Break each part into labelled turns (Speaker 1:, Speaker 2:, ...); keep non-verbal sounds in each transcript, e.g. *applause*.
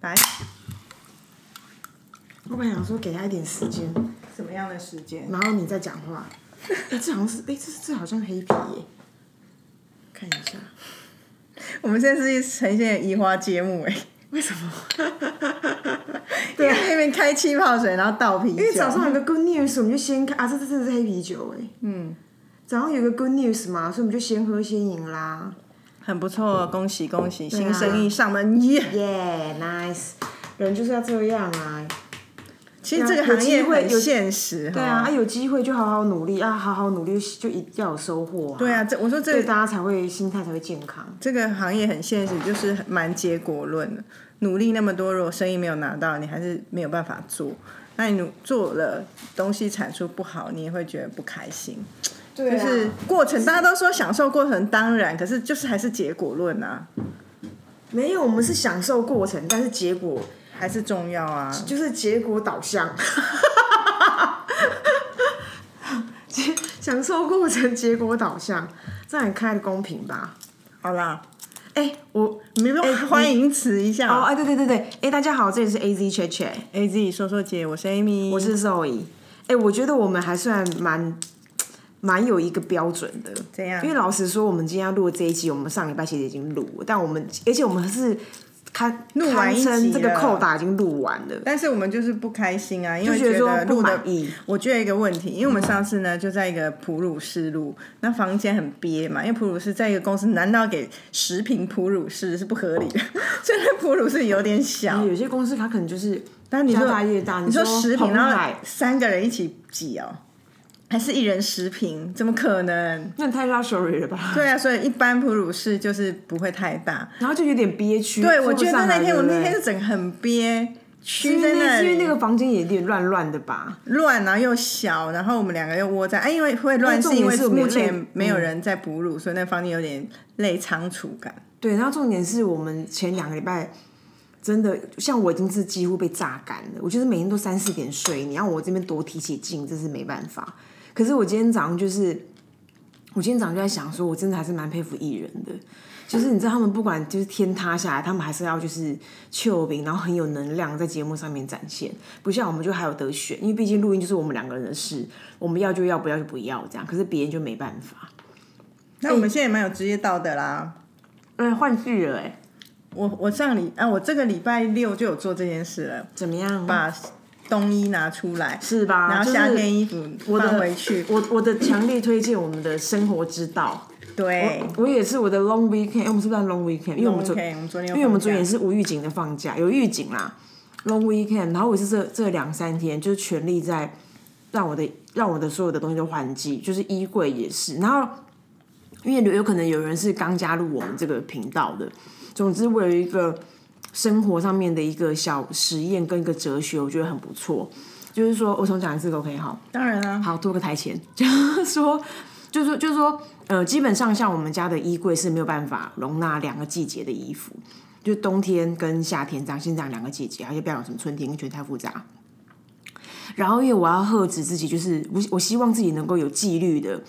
Speaker 1: 来
Speaker 2: 我本来想说给他一点时间，
Speaker 1: 什么样的时间？
Speaker 2: 然后你再讲 *laughs* 话。哎、这好像是，哎、这这好像黑皮耶。看一下，
Speaker 1: 我们现在是呈现移花接木
Speaker 2: *laughs*
Speaker 1: 哎、
Speaker 2: 为什么？
Speaker 1: 对、那边开气泡水，然后倒啤酒，
Speaker 2: 啊因为早上有个 good news，我们就先看啊，这这真的是黑啤酒哎。嗯。早上有个 good news 嘛，所以我们就先喝先赢啦。
Speaker 1: 很不错，哦恭喜恭喜，
Speaker 2: 对
Speaker 1: 新
Speaker 2: 啊
Speaker 1: 生意上门耶！
Speaker 2: Yeah，nice。人就是要这样啊。
Speaker 1: 其实这个行业
Speaker 2: 有机会
Speaker 1: 很
Speaker 2: 有
Speaker 1: 现实哈，哦
Speaker 2: 对啊，啊有机会就好好努力啊，好好努力就一定要有收获啊。
Speaker 1: 对啊，这我说
Speaker 2: 对
Speaker 1: 这
Speaker 2: 大家才会心态才会健康。
Speaker 1: 这个行业很现实，就是很蛮结果论的。努力那么多，如果生意没有拿到，你还是没有办法做。那你努做了东西产出不好，你也会觉得不开心。
Speaker 2: 对啊
Speaker 1: 就是过程，大家都说享受过程，当然，可是就是还是结果论啊，
Speaker 2: 没有，我们是享受过程，但是结果
Speaker 1: 还是重要啊。
Speaker 2: 就是结果导向。 *laughs* 结享受过程，结果导向，这样很开的公平吧？
Speaker 1: 好啦，
Speaker 2: 哎、我
Speaker 1: 你们
Speaker 2: 哎
Speaker 1: 用 *laughs* 欢迎词一
Speaker 2: 哦，
Speaker 1: 下。
Speaker 2: 哎，对对对对，哎、大家好，这里是 A Z Chat Chat，
Speaker 1: A Z 说说姐，我是 Amy，
Speaker 2: 我是 Zoe。哎、我觉得我们还算蛮蛮有一个标准的，
Speaker 1: 怎样
Speaker 2: 因为老实说，我们今天要录的这一集，我们上礼拜其实已经录了，但我们而且我们是堪
Speaker 1: 录完一
Speaker 2: 堪
Speaker 1: 集
Speaker 2: 称这个
Speaker 1: 了
Speaker 2: 扣打已经录完了，
Speaker 1: 但是我们就是不开心啊，因为
Speaker 2: 就觉
Speaker 1: 觉
Speaker 2: 得说
Speaker 1: 得录
Speaker 2: 不
Speaker 1: 的
Speaker 2: 满意，嗯
Speaker 1: 我觉得一个问题，因为我们上次呢就在一个普鲁士路，那房间很憋嘛，因为普鲁士在一个公司，难道给十平普鲁士是不合
Speaker 2: *laughs*
Speaker 1: 理的？所以那普鲁士有点小，
Speaker 2: 有些公司它可能就是，
Speaker 1: 但你
Speaker 2: 家
Speaker 1: 说
Speaker 2: 大业大，
Speaker 1: 你说十平，
Speaker 2: 红
Speaker 1: 然后
Speaker 2: 海
Speaker 1: 三个人一起挤哦，还是一人十平？怎么可能？
Speaker 2: 那太 luxury 了吧？
Speaker 1: 对啊，所以一般普鲁士就是不会太大。
Speaker 2: *laughs* 然后就有点憋屈。
Speaker 1: 对，
Speaker 2: 说不
Speaker 1: 我觉得
Speaker 2: 上来
Speaker 1: 那天我
Speaker 2: 对不
Speaker 1: 那
Speaker 2: 对
Speaker 1: 天是整个很憋，
Speaker 2: 是
Speaker 1: 屈
Speaker 2: 因为
Speaker 1: 在
Speaker 2: 那
Speaker 1: 那
Speaker 2: 是因为那
Speaker 1: 里。
Speaker 2: 个房间也有点乱乱的吧？
Speaker 1: 乱，然后又小，然后我们两个又窝在，哎，因为会乱
Speaker 2: 但
Speaker 1: 是
Speaker 2: 重
Speaker 1: 因
Speaker 2: 点
Speaker 1: 为
Speaker 2: 是我们
Speaker 1: 目
Speaker 2: 累嗯
Speaker 1: 前没有人在哺乳，所以那房间有点累仓促感。
Speaker 2: 对，然后重点是我们前两个礼拜真的，像我已经是几乎被榨干了，我就是每天都三四点睡，你让我这边多提起劲，真是没办法。可是我今天早上就是，我今天早上就在想说，我真的还是蛮佩服艺人的。就是你知道，他们不管就是天塌下来，他们还是要就是秀饼，然后很有能量在节目上面展现。不像我们就还有得选，因为毕竟录音就是我们两个人的事，我们要就要，不要就不要这样。可是别人就没办法。哎
Speaker 1: 那我们现在也蛮有职业道德啦。
Speaker 2: 嗯，换剧了哎、
Speaker 1: 我我上礼啊，我这个礼拜六就有做这件事了，
Speaker 2: 怎么样？
Speaker 1: 把冬衣拿出来，
Speaker 2: 是吧？
Speaker 1: 然后夏天衣服
Speaker 2: 我的
Speaker 1: 放回去。
Speaker 2: 我我的强烈推荐我们的生活之道。
Speaker 1: 对
Speaker 2: 我也是我的 long weekend，、诶我们哎是不是在 long weekend？因为我们昨
Speaker 1: ，OK，我们昨天有
Speaker 2: 因为我们
Speaker 1: 放
Speaker 2: 昨天也
Speaker 1: 假
Speaker 2: 是无预警的放假，有预警啦，long weekend。然后我是这这两三天就是全力在让我的让我的所有的东西都换季，就是衣柜也是。然后因为有有可能有人是刚加入我们这个频道的，总之我有一个生活上面的一个小实验跟一个哲学，我觉得很不错。就是说我重讲一次，OK，好。
Speaker 1: 当然啊，
Speaker 2: 好多个台前， *laughs* 就是说，就是说就是说，呃，基本上像我们家的衣柜是没有办法容纳两个季节的衣服，就冬天跟夏天这样，先这样两个季节，而且不要有什么春天，因为觉得太复杂。然后，因为我要呵止自己，就是我我希望自己能够有纪律的，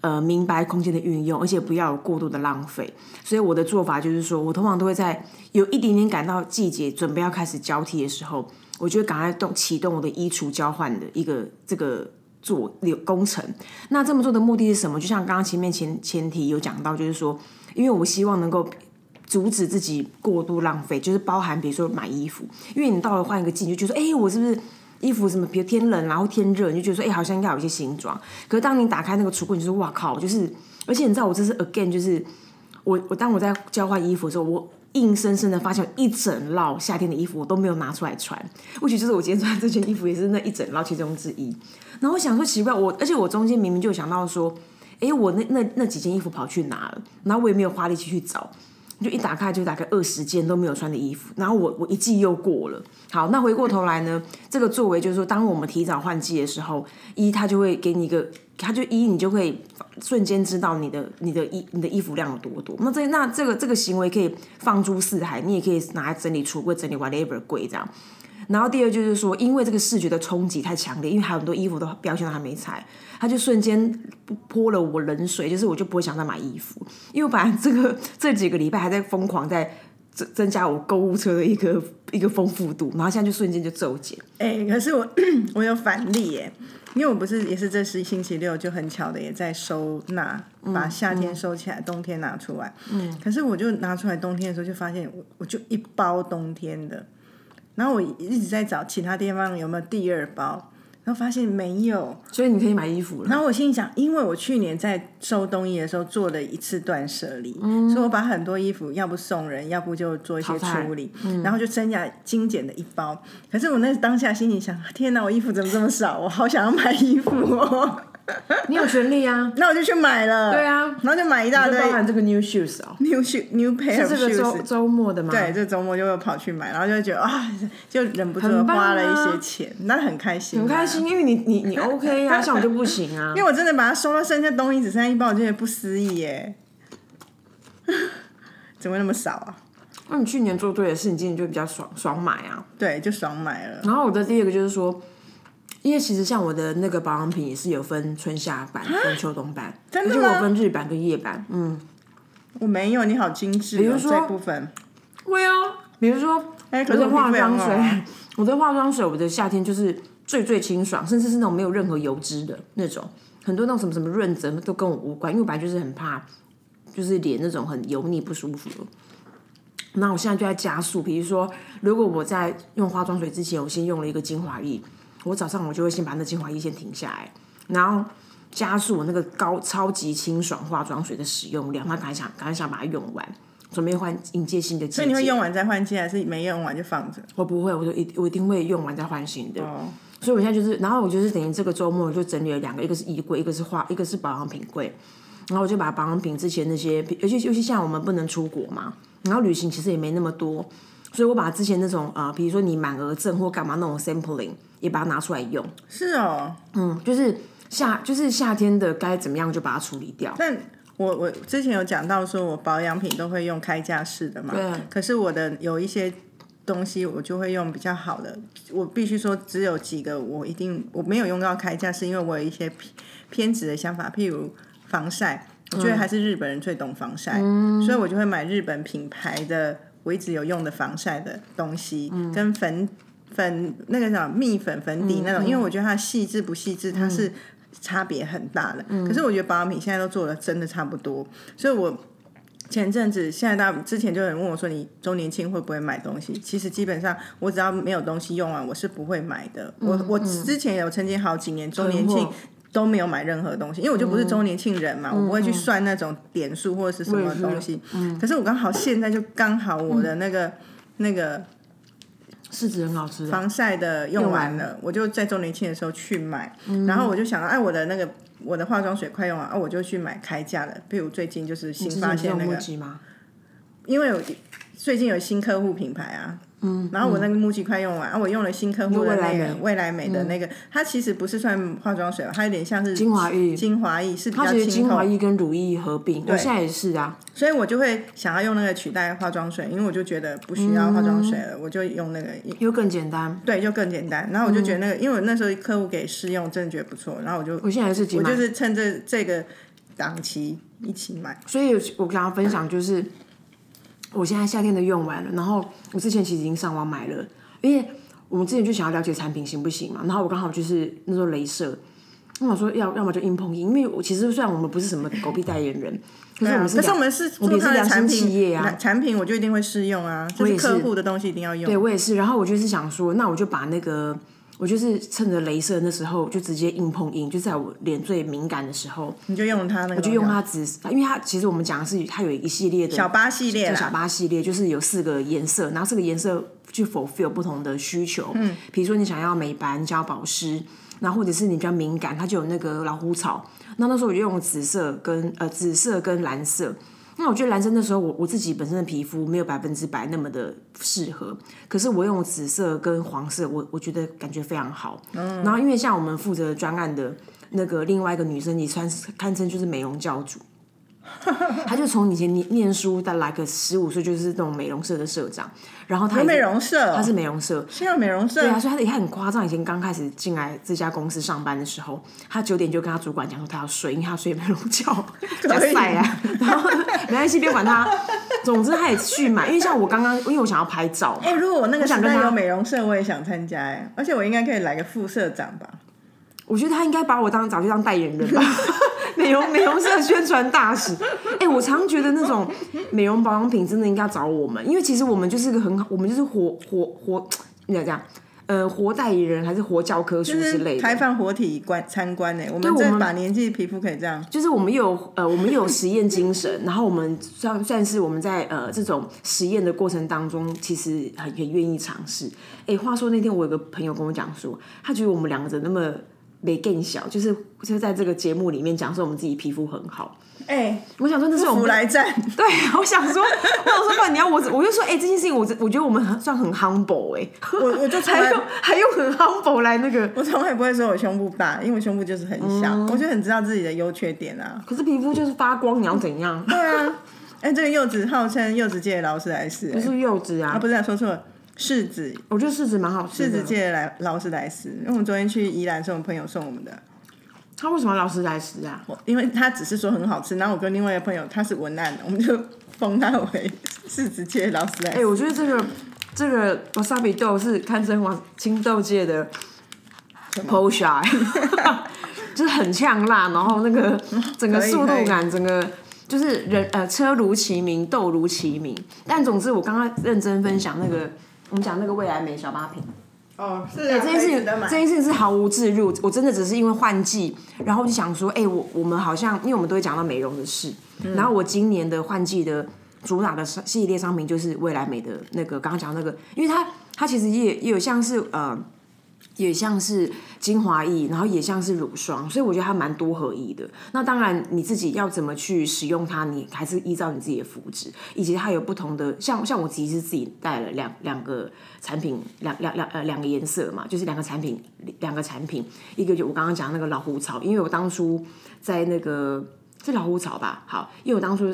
Speaker 2: 呃，明白空间的运用，而且不要有过度的浪费。所以我的做法就是说，我通常都会在有一点点感到季节准备要开始交替的时候，我就会赶快动启动我的衣橱交换的一个这个做流工程。那这么做的目的是什么？就像刚刚前面前前提有讲到，就是说，因为我希望能够。阻止自己过度浪费，就是包含比如说买衣服，因为你到了换一个季，你就觉得，哎、我是不是衣服什么，比如天冷然后天热，你就觉得说，哎、好像应该有一些新装。可是当你打开那个橱柜，你就说，哇靠，就是，而且你知道我这是 again，就是我我当我在交换衣服的时候，我硬生生的发现一整摞夏天的衣服我都没有拿出来穿，或许就是我今天穿这件衣服也是那一整摞其中之一。然后我想说奇怪，我而且我中间明明就有想到说，哎，我那那那几件衣服跑去哪了？然后我也没有花力气去找。就一打开就大概二十件都没有穿的衣服，然后我我一季又过了。好，那回过头来呢，这个作为就是说，当我们提早换季的时候，一它就会给你一个，它就一你就会瞬间知道你的你的衣你的衣服量有多多。那这那这个这个行为可以放诸四海，你也可以拿来整理橱柜、整理 whatever 柜这样。然后第二就是说，因为这个视觉的冲击太强烈，因为还有很多衣服都标签都还没拆，他就瞬间泼了我冷水，就是我就不会想再买衣服，因为我本来这个这几个礼拜还在疯狂在增增加我购物车的一个一个丰富度，然后现在就瞬间就骤减。
Speaker 1: 哎、可是我 *clears throat* 我有反例耶，因为我不是也是这是星期六就很巧的也在收纳，把夏天收起来，冬天拿出来。嗯，可是我就拿出来冬天的时候，就发现我我就一包冬天的，然后我一直在找其他地方有没有第二包，然后发现没有。
Speaker 2: 所以你可以买衣 *laughs* 服了。
Speaker 1: 然后我心里想，因为我去年在收冬衣的时候做了一次断舍离，所以我把很多衣服要不送人，要不就做一些
Speaker 2: 嗯淘汰嗯
Speaker 1: 处理，然后就剩下精简的一包。可是我那当下心里想，天哪，我衣服怎么这么少？我好想要买衣服哦。 *laughs*
Speaker 2: 你有权利啊，
Speaker 1: 那我就去买了，
Speaker 2: 对啊
Speaker 1: 然后就买一大
Speaker 2: 就
Speaker 1: 堆
Speaker 2: 包含这个 new shoes 哦，
Speaker 1: new shoe new pair
Speaker 2: 是
Speaker 1: of
Speaker 2: 这个周
Speaker 1: shoes。
Speaker 2: 周末的吗？
Speaker 1: 对，，这周末就又跑去买，然后就会觉得啊，就忍不住
Speaker 2: 很棒啊
Speaker 1: 花了一些钱，那很开心、
Speaker 2: 很开。心，因为你你你 OK 啊，像我就不行啊
Speaker 1: 因为。我真的把它收到剩下东西只剩下一包，我就觉得不思议耶， *laughs* 怎么那么少啊？
Speaker 2: 那你去年做对的事，你今年就比较爽爽买啊。
Speaker 1: 对，就爽买了。
Speaker 2: 然后我的第二个就是说，因为其实像我的那个保养品也是有分春夏版跟秋冬版，
Speaker 1: 啊真
Speaker 2: 而
Speaker 1: 的
Speaker 2: 且
Speaker 1: 吗
Speaker 2: 我分日版跟夜版。嗯，
Speaker 1: 我没有，你好精致、哦。
Speaker 2: 比如说
Speaker 1: 这部分，
Speaker 2: 会哦。比如说
Speaker 1: 哎，可
Speaker 2: 我
Speaker 1: 是
Speaker 2: 的化
Speaker 1: 皮肤也很
Speaker 2: 妆
Speaker 1: 好
Speaker 2: 水 *laughs*
Speaker 1: 啊，
Speaker 2: 我的化妆水，我的夏天就是最最清爽，甚至是那种没有任何油脂的那种，很多那种什么什么润泽都跟我无关，因为我本来就是很怕，就是脸那种很油腻不舒服的。那我现在就在加速，比如说，如果我在用化妆水之前，我先用了一个精华液，我早上我就会先把那精华液先停下来，然后加速我那个高超级清爽化妆水的使用量，那赶快想赶快想把它用完，准备换迎接新的季节。
Speaker 1: 所以你会用完再换季，还是没用完就放着？
Speaker 2: 我不会，我就一我一定会用完再换新的。
Speaker 1: 哦，
Speaker 2: 所以我现在就是，然后我就是等于这个周末就整理了两个，一个是衣柜，一个是化，一个是保养品柜。然后我就把保养品之前那些，尤其尤其像我们不能出国嘛，然后旅行其实也没那么多，所以我把之前那种啊、呃比如说你满额赠或干嘛那种 sampling 也把它拿出来用，
Speaker 1: 是哦。
Speaker 2: 嗯，就是夏就是夏天的该怎么样就把它处理掉。
Speaker 1: 但我我之前有讲到说，我保养品都会用开架式的嘛。
Speaker 2: 对啊
Speaker 1: 可是我的有一些东西，我就会用比较好的。我必须说，只有几个我一定我没有用到开架，是因为我有一些偏偏执的想法，譬如防晒。我觉得还是日本人最懂防晒，所以我就会买日本品牌的我一直有用的防晒的东西，
Speaker 2: 嗯
Speaker 1: 跟粉粉那个叫蜜粉粉底那
Speaker 2: 嗯
Speaker 1: 种，因为我觉得它细致不细致，它是差别很大的。
Speaker 2: 嗯
Speaker 1: 可是我觉得保养品现在都做的真的差不多，所以我前阵子现在大家之前就有人问我说你周年庆会不会买东西？其实基本上我只要没有东西用完，我是不会买的。我我之前有曾经好几年周年庆
Speaker 2: 嗯囤货。
Speaker 1: 都没有买任何东西，因为我就
Speaker 2: 哦
Speaker 1: 不是周年庆人嘛，
Speaker 2: 嗯
Speaker 1: 我不会去算那种点数或者是什么东西。可是我刚好现在就刚好我的那
Speaker 2: 嗯
Speaker 1: 个、那个
Speaker 2: 柿子很好吃的，
Speaker 1: 防晒的用完了，我就在周年庆的时候去买，
Speaker 2: 嗯
Speaker 1: 然后我就想到，哎，我的那个我的化妆水快用完，啊，我就去买开架的。比如最近就是新
Speaker 2: 之
Speaker 1: 发
Speaker 2: 前是
Speaker 1: 现
Speaker 2: 用
Speaker 1: 那
Speaker 2: 木
Speaker 1: 个，
Speaker 2: 吉吗？
Speaker 1: 因为有最近有新客户品牌啊。嗯，然后我那个木器快用完，啊，我用了新客户的那
Speaker 2: 用未来
Speaker 1: 个
Speaker 2: 美嗯
Speaker 1: 未来美的那个，它其实不是算化妆水吧，它有点像是
Speaker 2: 精华液
Speaker 1: 精华液是比
Speaker 2: 它
Speaker 1: 较
Speaker 2: 其实
Speaker 1: 清
Speaker 2: 精
Speaker 1: 透
Speaker 2: 华液跟乳液合并，我现在也是啊，
Speaker 1: 所以我就会想要用那个取代化妆水，因为我就觉得不需要化妆水
Speaker 2: 嗯
Speaker 1: 了，我就用那个
Speaker 2: 又更简单。
Speaker 1: 对，就更简单。然后我就觉得那个，因为我那时候客户给试用，真的觉得不错，然后我就
Speaker 2: 嗯我现在也是几
Speaker 1: 我
Speaker 2: 买
Speaker 1: 就是趁这这个档期一起买。
Speaker 2: 所以我跟大家分享就是，我现在夏天的用完了，然后我之前其实已经上网买了，因为我们之前就想要了解产品行不行嘛，然后我刚好就是那时候镭射，那我说要要么就硬碰硬，因为我其实虽然我们不是什么狗屁代言人，可是我们
Speaker 1: 啊
Speaker 2: 是
Speaker 1: 可是
Speaker 2: 良
Speaker 1: 我们是做
Speaker 2: 我们也是
Speaker 1: 他的
Speaker 2: 良
Speaker 1: 产
Speaker 2: 心
Speaker 1: 品
Speaker 2: 企业啊
Speaker 1: 那，产品我就一定会试用啊，这
Speaker 2: 我
Speaker 1: 是
Speaker 2: 也是
Speaker 1: 客户的东西一定要
Speaker 2: 对
Speaker 1: 用。
Speaker 2: 我也是。然后我就是想说，那我就把那个，我就是趁着镭射那时候就直接硬碰硬，就在我脸最敏感的时候，
Speaker 1: 你就用它那个东西啊，我
Speaker 2: 就用它紫，因为它其实我们讲的是它有一系列的
Speaker 1: 小八系列
Speaker 2: 就小
Speaker 1: 啦，
Speaker 2: 巴系列，就是有四个颜色，然后四个颜色去 fulfill 不同的需求。嗯，比如说你想要美白，你想要保湿，然后或者是你比较敏感，它就有那个老虎草。那那时候我就用紫色跟呃紫色跟蓝色。那我觉得蓝色那时候我我自己本身的皮肤没有百分之百那么的适合，可是我用紫色跟黄色，我我觉得感觉非常好。嗯，然后因为
Speaker 1: *laughs*
Speaker 2: 像我们负责专案的那个另外一个女生，也算是堪称就是美容教主。他就从以前念念书到来个十五岁就是那种美容社的社长，然后他
Speaker 1: 有
Speaker 2: 已经
Speaker 1: 美容社哦，
Speaker 2: 他是美容社，
Speaker 1: 现在有美容社
Speaker 2: 对啊，所以他也很夸张。以前刚开始进来这家公司上班的时候，他九点就跟他主管讲说他要睡，因为他睡美容
Speaker 1: *laughs*
Speaker 2: 觉，加晒啊。然后没关系，别管他。总之他也去买，因为像我刚刚，因为我想要拍照嘛
Speaker 1: 哎、，如果我那个
Speaker 2: 我想
Speaker 1: 时
Speaker 2: 跟
Speaker 1: 代
Speaker 2: 他
Speaker 1: 有美容社，我也想参加哎、而且我应该可以来个副社长吧？
Speaker 2: 我觉得他应该把我当早就当代言人吧， *laughs* 美容美容社宣传大使。哎、我常觉得那种美容保养品真的应该找我们，因为其实我们就是一个很好，我们就是活活活，你讲这样，呃，活代言人还是活教科书
Speaker 1: 就
Speaker 2: 之类
Speaker 1: 是
Speaker 2: 的。
Speaker 1: 开放活体观参观哎、我们
Speaker 2: 我
Speaker 1: 这
Speaker 2: 们
Speaker 1: 把年纪皮肤可以这样，
Speaker 2: 就是我们有呃，我们有实验精神， *laughs* 然后我们算算是我们在呃这种实验的过程当中，其实很很愿意尝试。哎，话说那天我有个朋友跟我讲说，他觉得我们两个人那么没更小，就是就是在这个节目里面讲说我们自己皮肤很好。
Speaker 1: 哎、
Speaker 2: 我想说那是我
Speaker 1: 福
Speaker 2: 们
Speaker 1: 来战，
Speaker 2: *laughs* 对，我想说，我想说，不然你要我，我就说，哎、这件事情我我觉得我们很算很 humble 哎、
Speaker 1: 我
Speaker 2: *laughs*
Speaker 1: 我就从
Speaker 2: 还
Speaker 1: 来
Speaker 2: 用还用很 humble 来那个，
Speaker 1: *laughs* 我从来不会说我胸部大，因为我胸部就是很小，
Speaker 2: 嗯
Speaker 1: 我就很知道自己的优缺点
Speaker 2: *laughs*
Speaker 1: 啊。
Speaker 2: 可是皮肤就是发光，你要怎样？ *laughs*
Speaker 1: 对啊，哎、这个柚子号称柚子界的劳斯莱斯、
Speaker 2: 不
Speaker 1: 欸，
Speaker 2: 是柚子啊
Speaker 1: 啊，，不是、啊、说错了，柿子
Speaker 2: 我觉得柿子蛮好吃
Speaker 1: 柿
Speaker 2: 的
Speaker 1: 子。界的来劳斯莱斯。因为我们昨天去宜兰是我们朋友送我们的，
Speaker 2: 他为什么要老师来吃啊？
Speaker 1: 我因为他只是说很好吃，然后我跟另外一个朋友他是文案的，我们就封他为柿子界的劳斯莱
Speaker 2: 哎、
Speaker 1: 斯。
Speaker 2: 我觉得这个这个 wasabi 豆是堪称王青豆界的 p o s h a *laughs* 就是很呛辣，然后那 *laughs* 个整个
Speaker 1: 可以
Speaker 2: 速
Speaker 1: 可
Speaker 2: 度
Speaker 1: 以
Speaker 2: 感，整个就是人呃车如其名，豆如其名。但总之，我刚刚认真分享那个。我们讲那个未来美小八瓶，
Speaker 1: 哦，是
Speaker 2: 哎、
Speaker 1: 啊，
Speaker 2: 这件事
Speaker 1: 可以
Speaker 2: 情
Speaker 1: 值得买
Speaker 2: 这件事情是毫无置入，我真的只是因为换季，然后我就想说，哎、我我们好像，因为我们都会讲到美容的事，
Speaker 1: 嗯
Speaker 2: 然后我今年的换季的主打的商系列商品就是未来美的那个刚刚讲的那个，因为它它其实也也有像是呃，也像是精华液，然后也像是乳霜，所以我觉得它蛮多合一的。那当然你自己要怎么去使用它，你还是依照你自己的肤质，以及它有不同的，像像我其实是自己带了两两个产品，两两两呃两个颜色嘛，就是两个产品两个产品，一个就我刚刚讲那个老虎草，因为我当初在那个是老虎草吧，好，因为我当初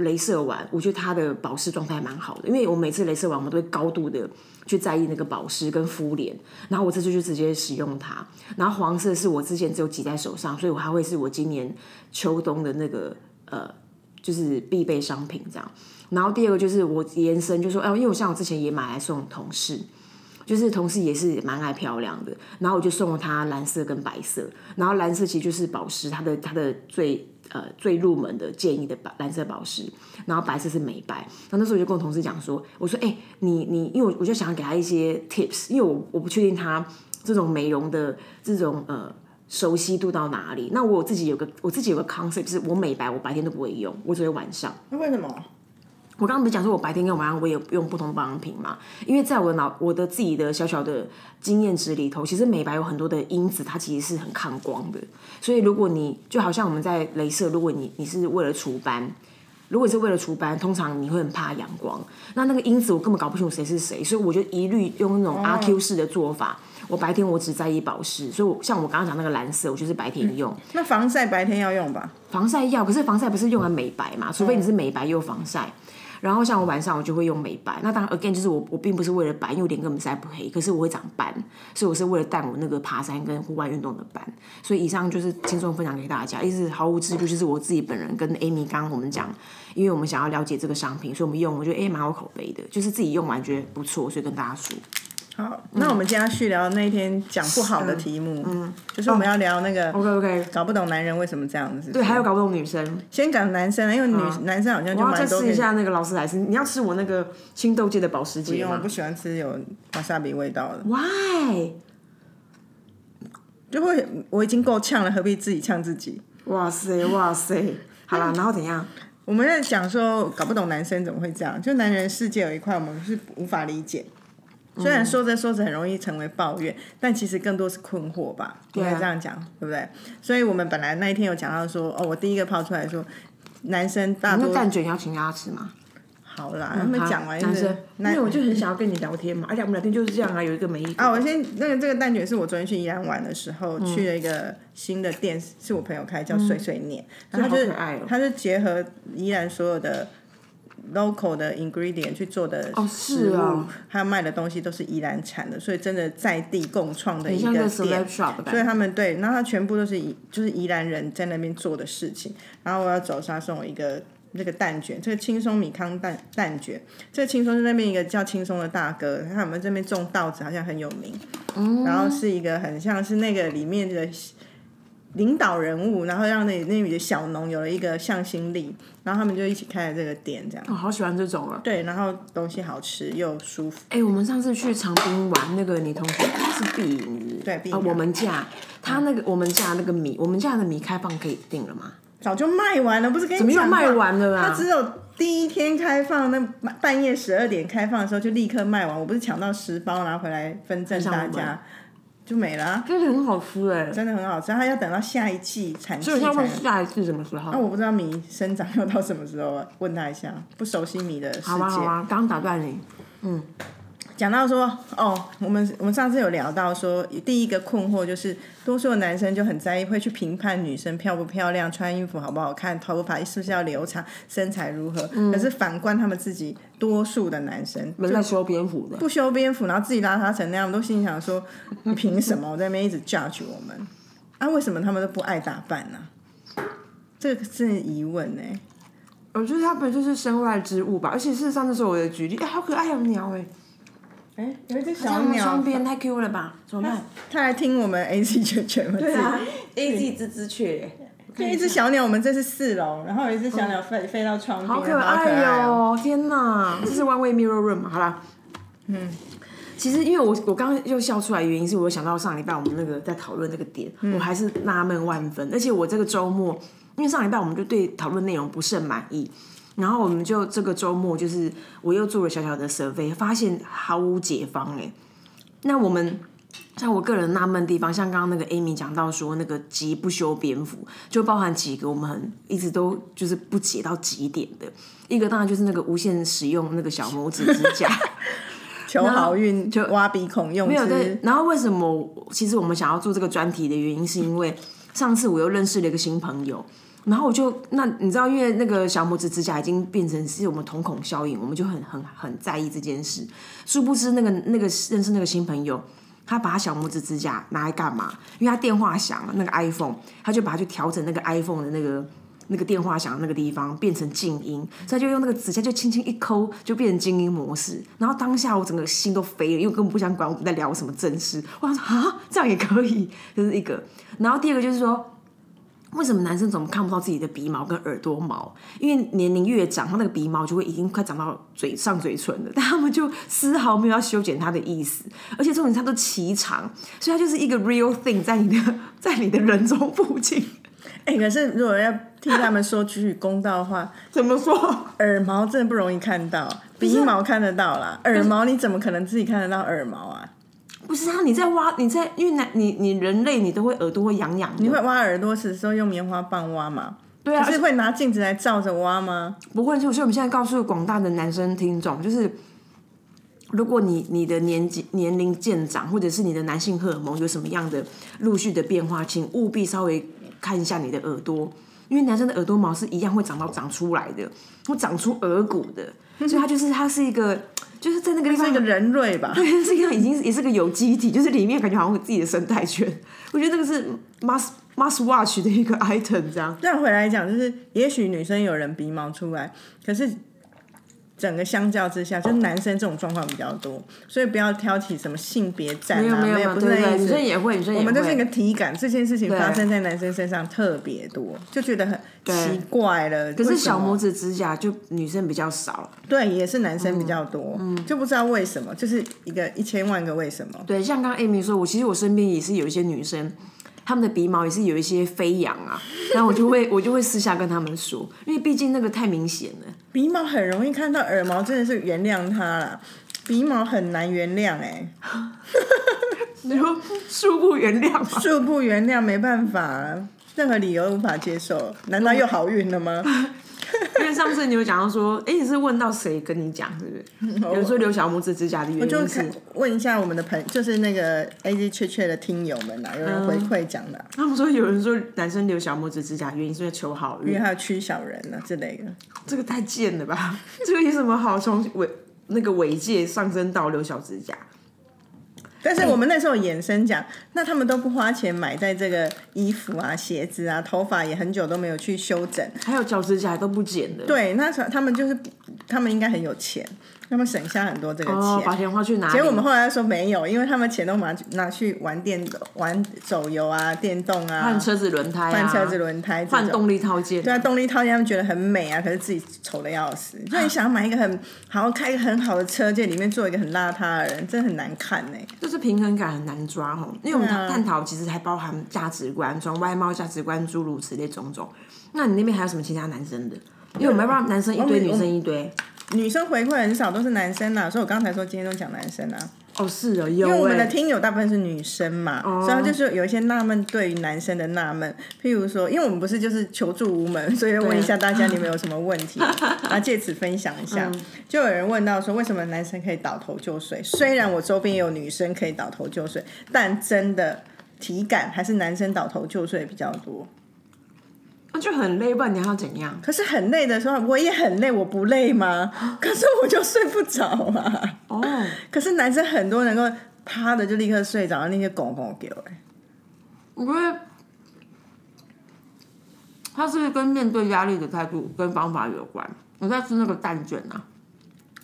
Speaker 2: 镭射完，我觉得它的保湿状态蛮好的，因为我每次镭射完，我们都会高度的去在意那个保湿跟敷脸，然后我这次就直接使用它。然后黄色是我之前只有挤在手上，所以我还会是我今年秋冬的那个呃，就是必备商品这样。然后第二个就是我延伸，就说，哎、因为我像我之前也买来送同事，就是同事也是蛮爱漂亮的，然后我就送了她蓝色跟白色，然后蓝色其实就是保湿，它的它的最呃最入门的建议的白蓝色保湿，然后白色是美白。然后那时候我就跟我同事讲说，我说哎、你你，因为我我就想给他一些 tips，因为我我不确定他这种美容的这种呃。熟悉度到哪里？那我自己有个我自己有个 concept，是我美白我白天都不会用，我只会晚上。
Speaker 1: 为什么？
Speaker 2: 我刚刚不是讲说我白天跟晚上我也用不同的保养品嘛？因为在我脑我的自己的小小的经验值里头，其实美白有很多的因子，它其实是很抗光的。所以如果你就好像我们在镭射，如果你你是为了除斑，如果你是为了除斑，通常你会很怕阳光。那那个因子我根本搞不清楚谁是谁，所以我就一律用那种阿 Q 式的做法。我白天我只在意保湿，所以我像我刚刚讲那个蓝色，我就是白天用。
Speaker 1: 那防晒白天要用吧？
Speaker 2: 防晒药，可是防晒不是用来美白嘛？除非你是美白又防晒。然后像我晚上我就会用美白，那当然 again 就是我我并不是为了白，因为我脸根本晒不黑，可是我会长斑，所以我是为了淡我那个爬山跟户外运动的斑。所以以上就是轻松分享给大家，一直毫无知觉，就是我自己本人跟 Amy 刚刚我们讲，因为我们想要了解这个商品，所以我们用，我觉得哎蛮有口碑的，就是自己用完觉得不错，所以跟大家说。
Speaker 1: 好，那我们今天要续聊那一天讲不好的题目，嗯，就是我们要聊那个
Speaker 2: OK OK，
Speaker 1: 搞不懂男人为什么这样子。
Speaker 2: 对，还有搞不懂女生，
Speaker 1: 先讲男生啊，因为女
Speaker 2: 好
Speaker 1: 男生好像
Speaker 2: 我
Speaker 1: 就
Speaker 2: 要再
Speaker 1: 蛮多
Speaker 2: 试一
Speaker 1: 可以。
Speaker 2: 下那个劳斯莱斯，你要吃我那个青豆界的保时
Speaker 1: 不
Speaker 2: 捷
Speaker 1: 用，我
Speaker 2: 吗
Speaker 1: 不喜欢吃有瓦萨比味道的，
Speaker 2: ？Why？
Speaker 1: 就会我已经够呛了，何必自己呛自己？
Speaker 2: 哇塞哇塞，好
Speaker 1: 嗯
Speaker 2: 啦，然后怎样？
Speaker 1: 我们在讲说搞不懂男生怎么会这样，就男人世界有一块我们是无法理解。
Speaker 2: 嗯
Speaker 1: 虽然说着说着很容易成为抱怨，但其实更多是困惑吧，应
Speaker 2: 对啊
Speaker 1: 该这样讲，对不对？所以我们本来那一天有讲到说，哦，我第一个抛出来说，男生大
Speaker 2: 那
Speaker 1: 多
Speaker 2: 蛋卷要请大家吃吗？
Speaker 1: 好啦，他们讲完
Speaker 2: 嗯好男
Speaker 1: 是
Speaker 2: 生，因为我就很想要跟你聊天嘛，而且我们聊天就是这样啊，有一个没一个。 *laughs*
Speaker 1: 啊，我先那个这个蛋卷是我昨天去宜兰玩的时候、
Speaker 2: 嗯
Speaker 1: 去了一个新的店，是我朋友开，叫碎碎念，然后它就是
Speaker 2: 好可爱哦
Speaker 1: 它是结合宜兰所有的 local 的 ingredient 去做的
Speaker 2: 哦
Speaker 1: 食
Speaker 2: 是
Speaker 1: 物，
Speaker 2: 啊
Speaker 1: 它卖的东西都是宜兰产的，所以真的在地共创的
Speaker 2: 很
Speaker 1: 一
Speaker 2: 像一个
Speaker 1: 店
Speaker 2: celeb。shop 的感
Speaker 1: 所以
Speaker 2: 觉。
Speaker 1: 他们对，然后他全部都是宜，就是宜兰人在那边做的事情。然后我要走的时候，他送我一个那个蛋卷，这个轻松米糠蛋蛋卷。这个轻松是那边一个叫轻松的大哥，他们这边种稻子好像很有名。
Speaker 2: 哦
Speaker 1: 然后是一个很像是那个里面的领导人物，然后让那那里的小农有了一个向心力，然后他们就一起开了这个店，这样
Speaker 2: 我、哦好喜欢这种啊！
Speaker 1: 对，然后东西好吃又舒服，
Speaker 2: 哎、我们上次去长滨玩，那个你同学是碧莹是不是
Speaker 1: 对碧莹
Speaker 2: 啊，我们家他那个我们家那个米，我们家的米开放可以订了吗？
Speaker 1: 早就卖完了，不是跟
Speaker 2: 怎么
Speaker 1: 你
Speaker 2: 又
Speaker 1: 讲
Speaker 2: 卖
Speaker 1: 吗
Speaker 2: 完了
Speaker 1: 它
Speaker 2: 啦？
Speaker 1: 只有第一天开放，那半夜十二点开放的时候就立刻卖完。我不是抢到十包拿回来分赠大
Speaker 2: 很想
Speaker 1: 家，就没了啊、
Speaker 2: 真的很好吃哎、
Speaker 1: 真的很好吃。它要等到下一季产季
Speaker 2: 所以我
Speaker 1: 才
Speaker 2: 现在问
Speaker 1: 能。
Speaker 2: 下一次什么时候？
Speaker 1: 那、我不知道米生长要到什么时候啊？问他一下，不熟悉米的世
Speaker 2: 好啊好
Speaker 1: 界。
Speaker 2: 啊，刚打断你，
Speaker 1: 讲到说，哦，我们我们上次有聊到说，第一个困惑就是，多数的男生就很在意，会去评判女生漂不漂亮、穿衣服好不好看、头发是不是要留长、身材如何。可是反观他们自己，多数的男生
Speaker 2: 嗯没在修蝙蝠的。
Speaker 1: 不修边幅，然后自己邋遢成那样，我都心里想说，你凭什么在那边一直 judge 我们？啊，为什么他们都不爱打扮呢、这个是疑问欸呢、
Speaker 2: 我觉得它本来就是身外之物吧，而且事实上那时候我的举例，哎、好可爱有鸟哎、
Speaker 1: 哎、有一只
Speaker 2: 这
Speaker 1: 小
Speaker 2: 样
Speaker 1: 鸟
Speaker 2: 双，边太 Q 了吧？
Speaker 1: *laughs*
Speaker 2: 怎么办？
Speaker 1: 它来听我们 A C 全全文字。
Speaker 2: ，A Z 吱吱雀，
Speaker 1: *laughs* 就一只小鸟，我们这是四楼，然后有一只小鸟飞、飞到窗边，
Speaker 2: 好
Speaker 1: 好
Speaker 2: 可
Speaker 1: 爱
Speaker 2: 爱
Speaker 1: 哦！
Speaker 2: 哟、
Speaker 1: *laughs*
Speaker 2: 天哪，这是 One Way Mirror Room 嘛好啦，嗯，其实因为我我刚刚又笑出来，原因是我想到上礼拜我们那个在讨论这个点，
Speaker 1: 嗯
Speaker 2: 我还是纳闷万分，而且我这个周末，因为上礼拜我们就对讨论内容不甚满意。然后我们就这个周末，就是我又做了小小的 survey，发现毫无解方哎、那我们像我个人纳闷的地方，像刚刚那个 Amy 讲到说，那个极不修边幅，就包含几个我们很一直都就是不解到极点的。一个当然就是那个无限使用那个小拇指指甲，
Speaker 1: 求好运，就挖鼻孔用
Speaker 2: 没有对
Speaker 1: 之。。
Speaker 2: 然后为什么其实我们想要做这个专题的原因，是因为上次我又认识了一个新朋友。然后我就那你知道，因为那个小拇指指甲已经变成是我们瞳孔效应，我们就很很很在意这件事。殊不知那个那个认识那个新朋友，他把他小拇指指甲拿来干嘛？因为他电话响了，那个 iPhone，他就把它去调整那个 iPhone 的那个那个电话响的那个地方变成静音，所以他就用那个指甲就轻轻一抠，就变成静音模式。然后当下我整个心都飞了，因为我根本不想管我们在聊什么正事。我想说啊，这样也可以，这、是一个。然后第二个就是说。为什么男生总看不到自己的鼻毛跟耳朵毛？因为年龄越长，他那个鼻毛就会已经快长到嘴上嘴唇了，但他们就丝毫没有要修剪它的意思，而且重点是它都齐长，所以它就是一个 *laughs* real thing 在你的 *laughs* 在你的人中附近。
Speaker 1: 哎、可是如果要替他们说句公道
Speaker 2: *laughs*
Speaker 1: 话，
Speaker 2: 怎么说？
Speaker 1: 耳毛真的不容易看到，鼻毛看得到啦，耳毛你怎么可能自己看得到耳毛啊？
Speaker 2: 不是啊，你在挖，你在因为男你你人类你都会耳朵会痒痒的，
Speaker 1: 你会挖耳朵时的时候用棉花棒挖吗？
Speaker 2: 对啊，
Speaker 1: 可是会拿镜子来照着挖吗？
Speaker 2: 不会，就是我们现在告诉广大的男生听众，就是如果你你的年纪年龄渐长，或者是你的男性荷尔蒙有什么样的陆续的变化，请务必稍微看一下你的耳朵，因为男生的耳朵毛是一样会长到长出来的，会长出耳骨的，所以它就是它是一个，就是在那个地方
Speaker 1: 是一个人瑞
Speaker 2: *laughs*
Speaker 1: 吧？
Speaker 2: 对，这个已经已经是个有机体，就是里面感觉好像有自己的生态圈，我觉得这个是 must must watch 的一个 item 这样。
Speaker 1: 这样回来讲，就是也许女生有人鼻毛出来，可是整个相较之下，就是男生这种状况比较多，所以不要挑起什么性别战
Speaker 2: 没有
Speaker 1: 啊，
Speaker 2: 没有
Speaker 1: 有
Speaker 2: 没有，
Speaker 1: 不是
Speaker 2: 对
Speaker 1: 那
Speaker 2: 对，
Speaker 1: 意
Speaker 2: 女生
Speaker 1: 思。
Speaker 2: 也会，女生也
Speaker 1: 我
Speaker 2: 会。
Speaker 1: 们就是一个体感，这件事情
Speaker 2: 对
Speaker 1: 发生在男生身上特别多，就觉得很奇怪了。可
Speaker 2: 可是小拇指指甲就女生比较少，
Speaker 1: 对也是男生比
Speaker 2: 嗯
Speaker 1: 较多，就不知道为什么，就是一个一千万个为什么。
Speaker 2: 对，像刚刚 Amy 说，我其实我身边也是有一些女生，她们的鼻毛也是有一些飞扬啊，然后我就会我就会私下跟她们说，因为毕竟那个太明显了，
Speaker 1: 鼻毛很容易看到，耳毛真的是原谅他啦，鼻毛很难原谅哎、
Speaker 2: 你 *laughs* 说恕不原谅嘛？
Speaker 1: *laughs* 恕
Speaker 2: *laughs*
Speaker 1: 不原谅，没办法，任何理由无法接受。难道又好运了吗？
Speaker 2: 因为上次你有讲到说，哎、你是问到谁跟你讲，是不 *laughs* 是？有人说留小拇指指甲的原
Speaker 1: 就
Speaker 2: 因是
Speaker 1: 看问一下我们的朋就是那个 A G 雀雀的听友们啦，啊有人回馈讲的，
Speaker 2: 他们说有人说男生留小拇指指甲原因是为求好
Speaker 1: 因为
Speaker 2: 运，
Speaker 1: 还有驱小人啊之类的。
Speaker 2: 这个太贱了吧？这个有什么好从尾那个尾界上升到留小指甲？
Speaker 1: 但是我们那时候衍生讲，那他们都不花钱买在这个衣服啊、鞋子啊、头发也很久都没有去修整。
Speaker 2: 还有脚趾甲都不剪的，
Speaker 1: 对，那时候他们就是他们应该很有钱，他们省下很多这个
Speaker 2: 哦，
Speaker 1: 钱。
Speaker 2: 把钱花去哪里？
Speaker 1: 结果我们后来说没有，因为他们钱都拿去拿去玩电玩手游啊、电动啊
Speaker 2: 换、车子轮胎、啊，
Speaker 1: 换车子、轮胎这
Speaker 2: 换
Speaker 1: 种。
Speaker 2: 动力套件，
Speaker 1: 对啊，动力套件他们觉得很美啊，可是自己丑的要死。就你想要买一个很好开一个很好的车，就里面坐一个很邋遢的人，真的很难看欸呢、
Speaker 2: 就是平衡感很难抓吼，因为我们
Speaker 1: 对啊
Speaker 2: 探讨其实还包含价值观，从外貌、价值观诸如此类种种。那你那边还有什么其他男生的？因为我们要让男生一
Speaker 1: 我
Speaker 2: 堆，
Speaker 1: 们
Speaker 2: 女生一堆。
Speaker 1: 女生回馈很少，都是男生啦，所以我刚才说今天都讲男生啊，
Speaker 2: 哦，是哦，
Speaker 1: 因为
Speaker 2: 有
Speaker 1: 我们的
Speaker 2: 哎、
Speaker 1: 听友大部分是女生嘛，所以他就是有一些纳闷对于男生的纳闷，譬如说，因为我们不是就是求助无门，所以要问一下大家你们有什么问题，然后借此分享一下。就有人问到说，为什么男生可以倒头就睡？虽然我周边也有女生可以倒头就睡，但真的体感还是男生倒头就睡比较多。
Speaker 2: 那哦就很累，不然你还要怎样？
Speaker 1: 可是很累的时候，我也很累，我不累吗？可是我就睡不着啊。
Speaker 2: 哦，
Speaker 1: *laughs* 可是男生很多能够趴的就立刻睡着，那些拱拱给我、欸，
Speaker 2: 我觉得他是跟面对压力的态度跟方法有关。我在吃那个蛋卷啊，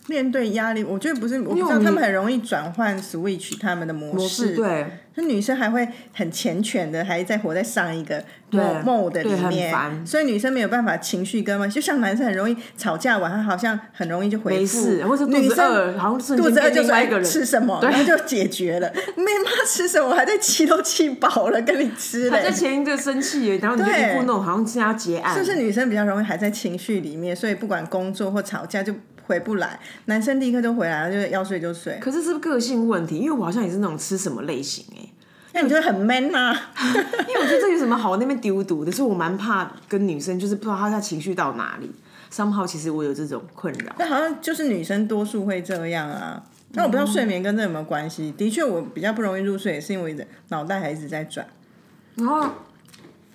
Speaker 1: 面对压力，我觉得不是，我不知
Speaker 2: 因为我
Speaker 1: 道
Speaker 2: 们
Speaker 1: 他们很容易转换 switch 他们的模
Speaker 2: 模式对，
Speaker 1: 那女生还会很缱绻的，还在活在上一个
Speaker 2: 对
Speaker 1: mode 的里
Speaker 2: 对很
Speaker 1: 面，
Speaker 2: 烦
Speaker 1: 所以女生没有办法情绪跟嘛，就像男生很容易吵架完，他好像很容易就回
Speaker 2: 没
Speaker 1: 复，
Speaker 2: 事，或是肚
Speaker 1: 女
Speaker 2: 子
Speaker 1: 生。
Speaker 2: 饿，好像瞬
Speaker 1: 肚
Speaker 2: 间
Speaker 1: 子饿
Speaker 2: 变
Speaker 1: 就
Speaker 2: 另
Speaker 1: 说
Speaker 2: 外一个
Speaker 1: 哎
Speaker 2: 人。
Speaker 1: 吃什么，
Speaker 2: 对
Speaker 1: 然后就解决
Speaker 2: *laughs*
Speaker 1: 了。没妈吃什么，我还在气都气饱了，跟你吃
Speaker 2: 他
Speaker 1: 嘞
Speaker 2: 在。前一个生气耶，然后你就一
Speaker 1: 对
Speaker 2: 副那种好像是要结案，
Speaker 1: 是不是女生比较容易还在情绪里面，所以不管工作或吵架就回不来？男生立刻就回来了，就是要睡就睡，
Speaker 2: 可是是不是个性问题？因为我好像也是那种吃什么类型哎、
Speaker 1: 那你就会很 man 呐、 *laughs*
Speaker 2: 因为我觉得这有什么好那边丢毒的，所以我蛮怕跟女生，就是不知道她她情绪到哪里。三号其实我有这种困扰，
Speaker 1: 那好像就是女生多数会这样啊。那我不知道睡眠跟这有没有关系。的确，我比较不容易入睡，也是因为我的脑袋还一直在转。
Speaker 2: 然后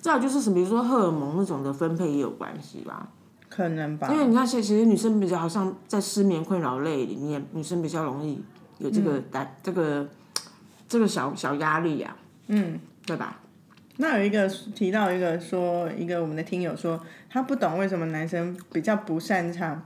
Speaker 2: 再来就是什么，比如说荷尔蒙那种的分配也有关系吧。
Speaker 1: 可能吧，
Speaker 2: 因为你看，其实其实女生比较好像在失眠困扰类里面，女生比较容易有这个担、这个这个小小压力呀、
Speaker 1: 嗯，
Speaker 2: 对吧？
Speaker 1: 那有一个提到一个说，一个我们的听友说，他不懂为什么男生比较不擅长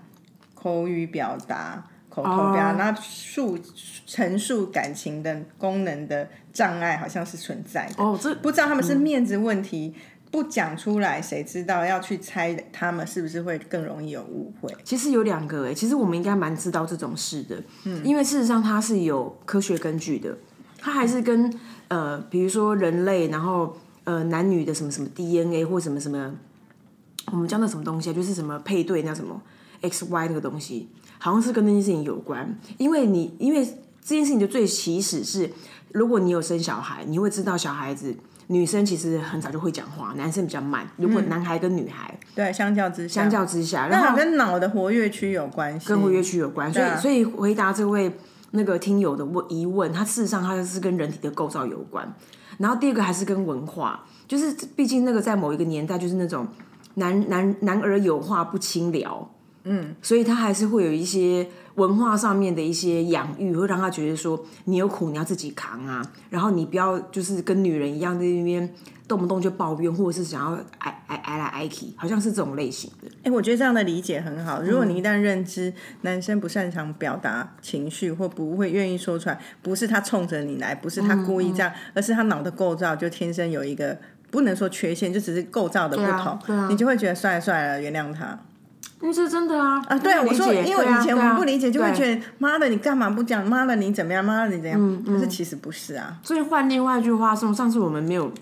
Speaker 1: 口语表达、口头表达，那
Speaker 2: 哦
Speaker 1: 述陈述感情的功能的障碍好像是存在的，
Speaker 2: 哦，这
Speaker 1: 不知道他们是面子问题。不讲出来，谁知道？要去猜他们是不是会更容易有误会？
Speaker 2: 其实有两个哎、其实我们应该蛮知道这种事的，嗯，因为事实上它是有科学根据的，它还是跟呃，比如说人类，然后呃男女的什么什么 DNA 或什么什么，我们叫那什么东西啊，就是什么配对那什么 X Y 那个东西，好像是跟那件事情有关，因为你因为这件事情的最起始是，如果你有生小孩，你会知道小孩子。女生其实很早就会讲话，男生比较慢。如果男孩跟女孩、
Speaker 1: 对，相较之下，
Speaker 2: 相较之下，然
Speaker 1: 嗯那
Speaker 2: 后
Speaker 1: 好跟脑的活跃区有关系。
Speaker 2: 跟活跃区有关，所以所以回答这位那个听友的问疑问，它事实上它是跟人体的构造有关。然后第二个还是跟文化，就是毕竟那个在某一个年代就是那种男男男儿有话不轻聊，嗯，所以他还是会有一些文化上面的一些养育，会让他觉得说你有苦你要自己扛啊，然后你不要就是跟女人一样在那边动不动就抱怨，或者是想要挨挨挨来挨去，好像是这种类型的。
Speaker 1: 哎、我觉得这样的理解很
Speaker 2: 嗯
Speaker 1: 好。如果你一旦认知男生不擅长表达情绪或不会愿意说出来，不是他冲着你来，不是他故意这样，
Speaker 2: 嗯
Speaker 1: 而是他脑的构造就天生有一个不能说缺陷，就只是构造的不
Speaker 2: 对啊
Speaker 1: 同，
Speaker 2: 对啊
Speaker 1: 你就会觉得算了算了，原谅他
Speaker 2: 嗯，这是真的啊！
Speaker 1: 啊。对啊，
Speaker 2: 不
Speaker 1: 我
Speaker 2: 理
Speaker 1: 说，
Speaker 2: 解
Speaker 1: 因为
Speaker 2: 对啊
Speaker 1: 以前我
Speaker 2: 对
Speaker 1: 们
Speaker 2: 啊
Speaker 1: 不理解，就会
Speaker 2: 对
Speaker 1: 觉得妈的你干嘛不讲？妈的你怎么样？妈的你怎样？
Speaker 2: 嗯
Speaker 1: 可是其实不是啊。
Speaker 2: 所以换另外一句话说，上次我们没有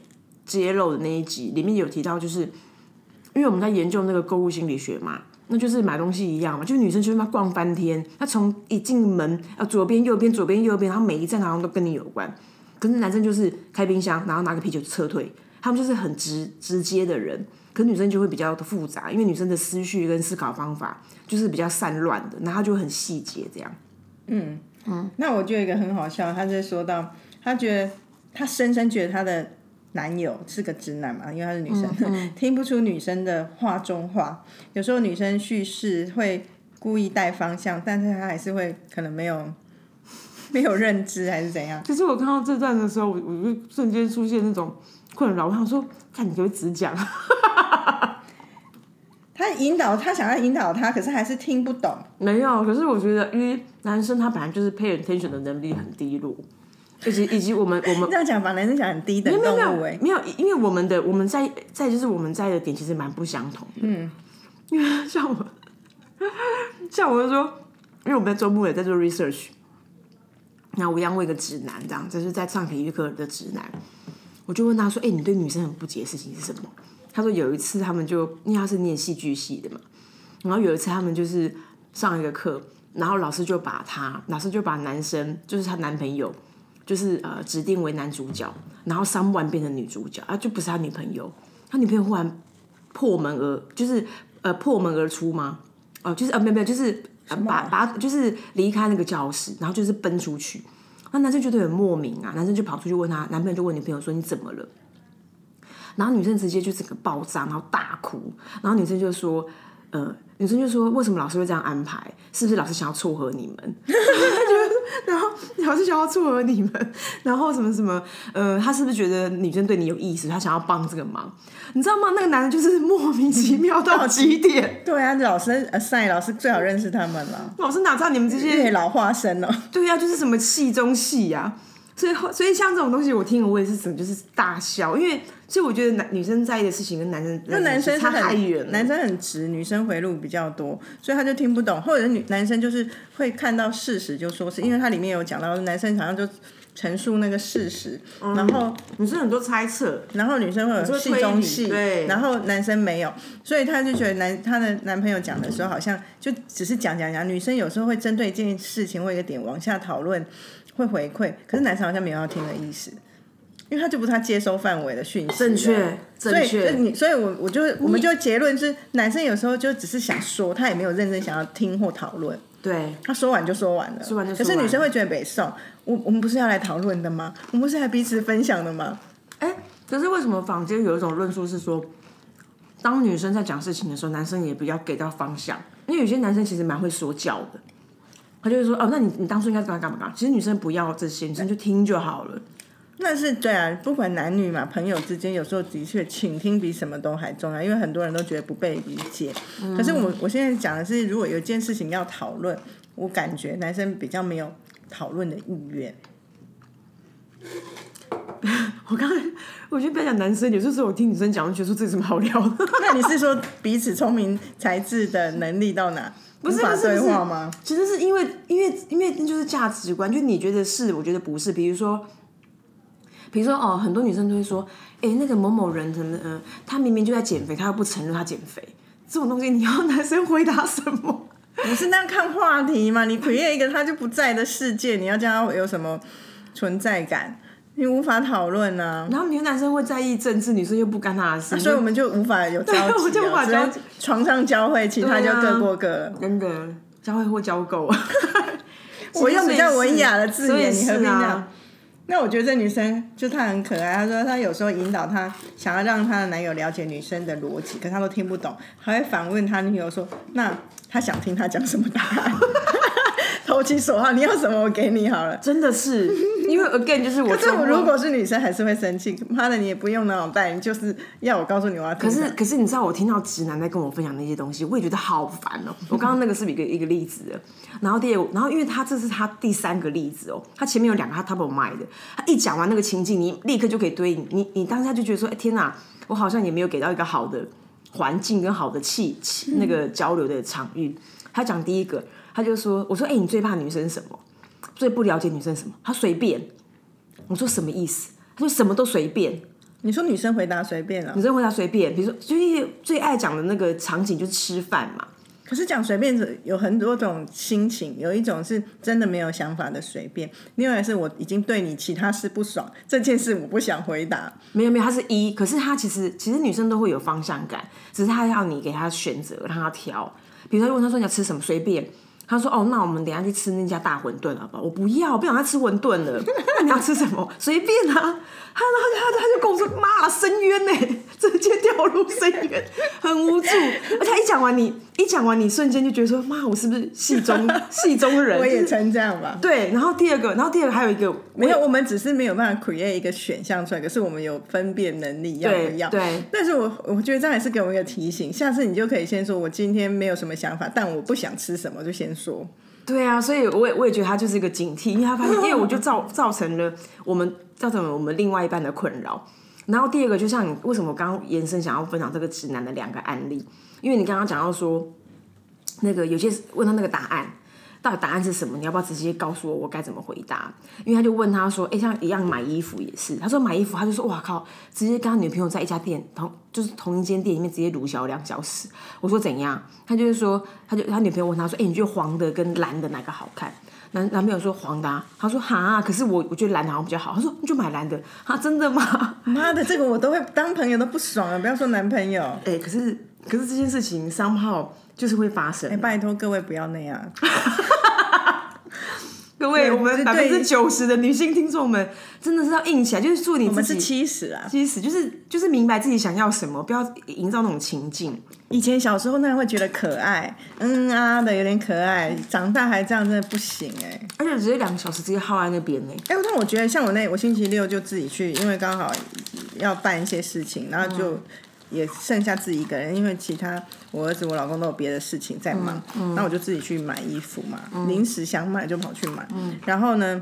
Speaker 2: 揭露的那一集里面有提到，就是因为我们在研究那个购物心理学嘛，那就是买东西一样嘛，就是女生就是她逛翻天，她从一进门啊左边右边左边右边，她每一站好像都跟你有关。可是男生就是开冰箱，然后拿个啤酒就撤退，他们就是很直直接的人。可可女生就会比较的复杂，因为女生的思绪跟思考方法就是比较散乱的，然后她就很细节这样。
Speaker 1: 那我就有一个很好笑，她就说到，她觉得她深深觉得她的男友是个直男嘛，因为她是女生，
Speaker 2: 嗯
Speaker 1: *laughs* 听不出女生的话中话。有时候女生叙事会故意带方向，但是她还是会可能没有 *laughs* 没有认知还是怎样。
Speaker 2: 可是我看到这段的时候，我我就瞬间出现那种困扰，我想说，看你可不可以直讲？啊
Speaker 1: 她引导她想要引导他，可是还是听不懂。
Speaker 2: *laughs* 没有，可是我觉得，因为男生他本来就是 pay attention 的能力很低落，以及以及我们我们
Speaker 1: 这样讲把男生讲很低等
Speaker 2: 没有
Speaker 1: 动
Speaker 2: 没
Speaker 1: 物哎、
Speaker 2: 有没有，因为我们的我们在在就是我们在的点其实蛮不相同的。嗯，因为像我，像我就说，因为我们在周末也在做 research，那我一样问一个直男，这样就是在上体育课的直男，我就问他说：“哎、你对女生很不解的事情是什么？”他说有一次他们就因为他是念戏剧系的嘛，然后有一次他们就是上一个课，然后老师就把他老师就把男生就是她男朋友就是呃指定为男主角，然后 someone 变成女主角，啊，就不是他女朋友，他女朋友忽然破门而就是呃破门而出吗？哦、就是呃没有没有，就是、呃、把把就是离开那个教室，然后就是奔出去。那男生觉得很莫名啊，男生就跑出去问他，男朋友就问女朋友说你怎么了？然后女生直接就整个爆炸，然后大哭，然后女生就说，呃，女生就说为什么老师会这样安排？是不是老师想要撮合你们？ *laughs* 然后老师想要撮合你们，然后什么什么，呃，他是不是觉得女生对你有意思，他想要帮这个忙？你知道吗？那个男的就是莫名其妙到
Speaker 1: *laughs*
Speaker 2: 极点，
Speaker 1: 对啊，老师呃，赛老师最好认识他们了，
Speaker 2: 老师哪知道你们这些
Speaker 1: 越老哦化身了、
Speaker 2: 对呀、就是什么戏中戏呀、所以后所以像这种东西，我听了我也是整个就是大笑，因为所以我觉得男女生在意的事情跟男生
Speaker 1: 那男生是
Speaker 2: 差太远
Speaker 1: 很
Speaker 2: 了。
Speaker 1: 男生很直，女生回路比较多，所以他就听不懂，或者女男生就是会看到事实就说是，因为它里面有讲到男生好像就陈述那个事实，
Speaker 2: 嗯
Speaker 1: 然后
Speaker 2: 女生很多猜测，
Speaker 1: 然后女生会有戏中戏，
Speaker 2: 你说推理对
Speaker 1: 然后男生没有，所以他就觉得男她的男朋友讲的时候好像就只是讲讲讲，女生有时候会针对一件事情或一个点往下讨论，会回馈，可是男生好像没有要听的意思。因为他就不是他接收范围的讯息，
Speaker 2: 正确正
Speaker 1: 所以
Speaker 2: 确
Speaker 1: 就你，所以我我就我们就结论是，男生有时候就只是想说，他也没有认真想要听或讨论，
Speaker 2: 对，
Speaker 1: 他说完就说完了，
Speaker 2: 说完就
Speaker 1: 可
Speaker 2: 说
Speaker 1: 是
Speaker 2: 完
Speaker 1: 女生会觉得北宋，我我们不是要来讨论的吗？我们不是来彼此分享的吗？
Speaker 2: 哎，可是为什么坊间有一种论述是说，当女生在讲事情的时候，男生也比较给到方向，因为有些男生其实蛮会说教的，他就会说哦，那你你当初应该干嘛干嘛干嘛。其实女生不要这些，女生就听就好了。
Speaker 1: 那是对啊，不管男女嘛，朋友之间有时候的确倾听比什么都还重要，因为很多人都觉得不被理解。可是我我现在讲的是，如果有一件事情要讨论，我感觉男生比较没有讨论的意 *laughs* 愿。
Speaker 2: 我刚才我觉得不要讲男生，有些时候我听女生讲，我就觉得说这有什么好聊的。
Speaker 1: 那你是说彼此聪明才智的能力到哪？不
Speaker 2: 是
Speaker 1: 无法
Speaker 2: 不是
Speaker 1: 对
Speaker 2: 不是
Speaker 1: 话吗？
Speaker 2: 其实是因为，因为，因为那就是价值观，就你觉得是，我觉得不是。比如说，比如说哦，很多女生都会说，哎、那个某某人可能，呃，他明明就在减肥，他又不承认他减肥，这种东西你要男生回答什么？ *laughs*
Speaker 1: 不是那看话题嘛？你 create 一个他就不在的世界，你要叫他有什么存在感？你无法讨论啊。
Speaker 2: 然后你男生会在意政治，女生又不干他的事，
Speaker 1: *laughs* 所以我们就无法有交集、啊，
Speaker 2: 对我就无法
Speaker 1: 只能
Speaker 2: 交集
Speaker 1: 床上交会，其他就
Speaker 2: 对啊
Speaker 1: 各过各了。
Speaker 2: 真的教会或教狗。
Speaker 1: 我用比较文雅的字
Speaker 2: *laughs* 所以
Speaker 1: 眼，你
Speaker 2: 是
Speaker 1: 何必那样
Speaker 2: 啊？？
Speaker 1: 那我觉得这女生就她很可爱，她说她有时候引导她想要让她的男友了解女生的逻辑，可她都听不懂，还会反问她女友说：“那她想听她讲什么答
Speaker 2: *laughs*
Speaker 1: 案？”投其所好，你要什么我给你好了。
Speaker 2: 真的是，因为 again 就是我
Speaker 1: 可是
Speaker 2: 周末
Speaker 1: 我如果是女生，还是会生气。妈的，你也不用脑袋，你就是要我告诉你我要听
Speaker 2: 可
Speaker 1: 什么。
Speaker 2: 是，可是你知道，我听到直男在跟我分享那些东西，我也觉得好烦哦、我刚刚那个是一个一个例子了，然后第二，然后因为他这是他第三个例子哦、他前面有两个他 top of mind 的，他一讲完那个情境，你立刻就可以对应，你你当下就觉得说，哎、天哪，我好像也没有给到一个好的环境跟好的气气那个交流的场域。他讲第一个，他就说，我说，哎、你最怕女生什么？最不了解女生什么？他随便。我说什么意思？他说什么都随便。
Speaker 1: 你说女生回答随便了、啊
Speaker 2: 女生回答随便，比如说就是最爱讲的那个场景就是吃饭嘛。
Speaker 1: 可是讲随便者有很多种心情，有一种是真的没有想法的随便，另外是我已经对你其他事不爽，这件事我不想回答。
Speaker 2: 没有没有，它是一，可是它其实其实女生都会有方向感，只是她要你给她选择，让她挑。比如说，问她说你要吃什么，随便。她说哦，那我们等一下去吃那家大馄饨好不好？我不要，我不想再吃馄饨了。那你要吃什么？ *laughs* 随便啊。她然后她她就跟我说，妈深渊呢、 *laughs* 直接掉入深渊，很无助。而且她一讲完你一讲完你瞬间就觉得说，妈，我是不是戏中戏中人？
Speaker 1: 我也
Speaker 2: 就是
Speaker 1: 曾这样吧。
Speaker 2: 对。然后第二个，然后第二个还有一个
Speaker 1: 没有，我们只是没有办法 create 一个选项出来，可是我们有分辨能力，要
Speaker 2: 对
Speaker 1: 不要？
Speaker 2: 对
Speaker 1: 但是我我觉得这样也是给我们一个提醒，下次你就可以先说，我今天没有什么想法，但我不想吃什么，就先说。
Speaker 2: 对啊，所以我也我也觉得他就是一个警惕，因为他发现，因为我就造造成了我们造成了我们另外一半的困扰。然后第二个，就像你为什么我刚刚延伸想要分享这个直男的两个案例，因为你刚刚讲到说，那个有些问他那个答案，到底答案是什么？你要不要直接告诉我我该怎么回答？因为他就问他说，哎、像一样买衣服也是，他说买衣服，他就说，哇靠，直接跟他女朋友在一家店同就是同一间店里面直接撸小两小时。我说怎样？他就是说，他就他女朋友问他说，哎、你觉得黄的跟蓝的哪个好看？男男朋友说黄的、啊，他说哈，可是我我觉得蓝的好像比较好。他说你就买蓝的，啊真的吗？
Speaker 1: 妈的，这个我都会当朋友都不爽啊！不要说男朋友，
Speaker 2: 哎、可是可是这件事情 somehow 就是会发生
Speaker 1: 哎、。拜托各位不要那
Speaker 2: 啊
Speaker 1: 样。
Speaker 2: 各位，
Speaker 1: 对
Speaker 2: 我们
Speaker 1: 这
Speaker 2: 百分
Speaker 1: 对
Speaker 2: 之九十的女性听众们，真的是要硬起来，就是做你
Speaker 1: 我们
Speaker 2: 自
Speaker 1: 是
Speaker 2: 己。
Speaker 1: 七十啊，
Speaker 2: 其实就是就是明白自己想要什么，不要营造那种情境。
Speaker 1: 以前小时候那样会觉得可爱，嗯啊的有点可爱，长大还这样真的不行哎、
Speaker 2: 而且直接两个小时直接耗在那边呢、
Speaker 1: 哎、但我觉得像我那，我星期六就自己去，因为刚好要办一些事情，然后就也剩下自己一个人，因为其他我儿子、我老公都有别的事情在忙，那、我就自己去买衣服嘛，临时想买就跑去买，然后呢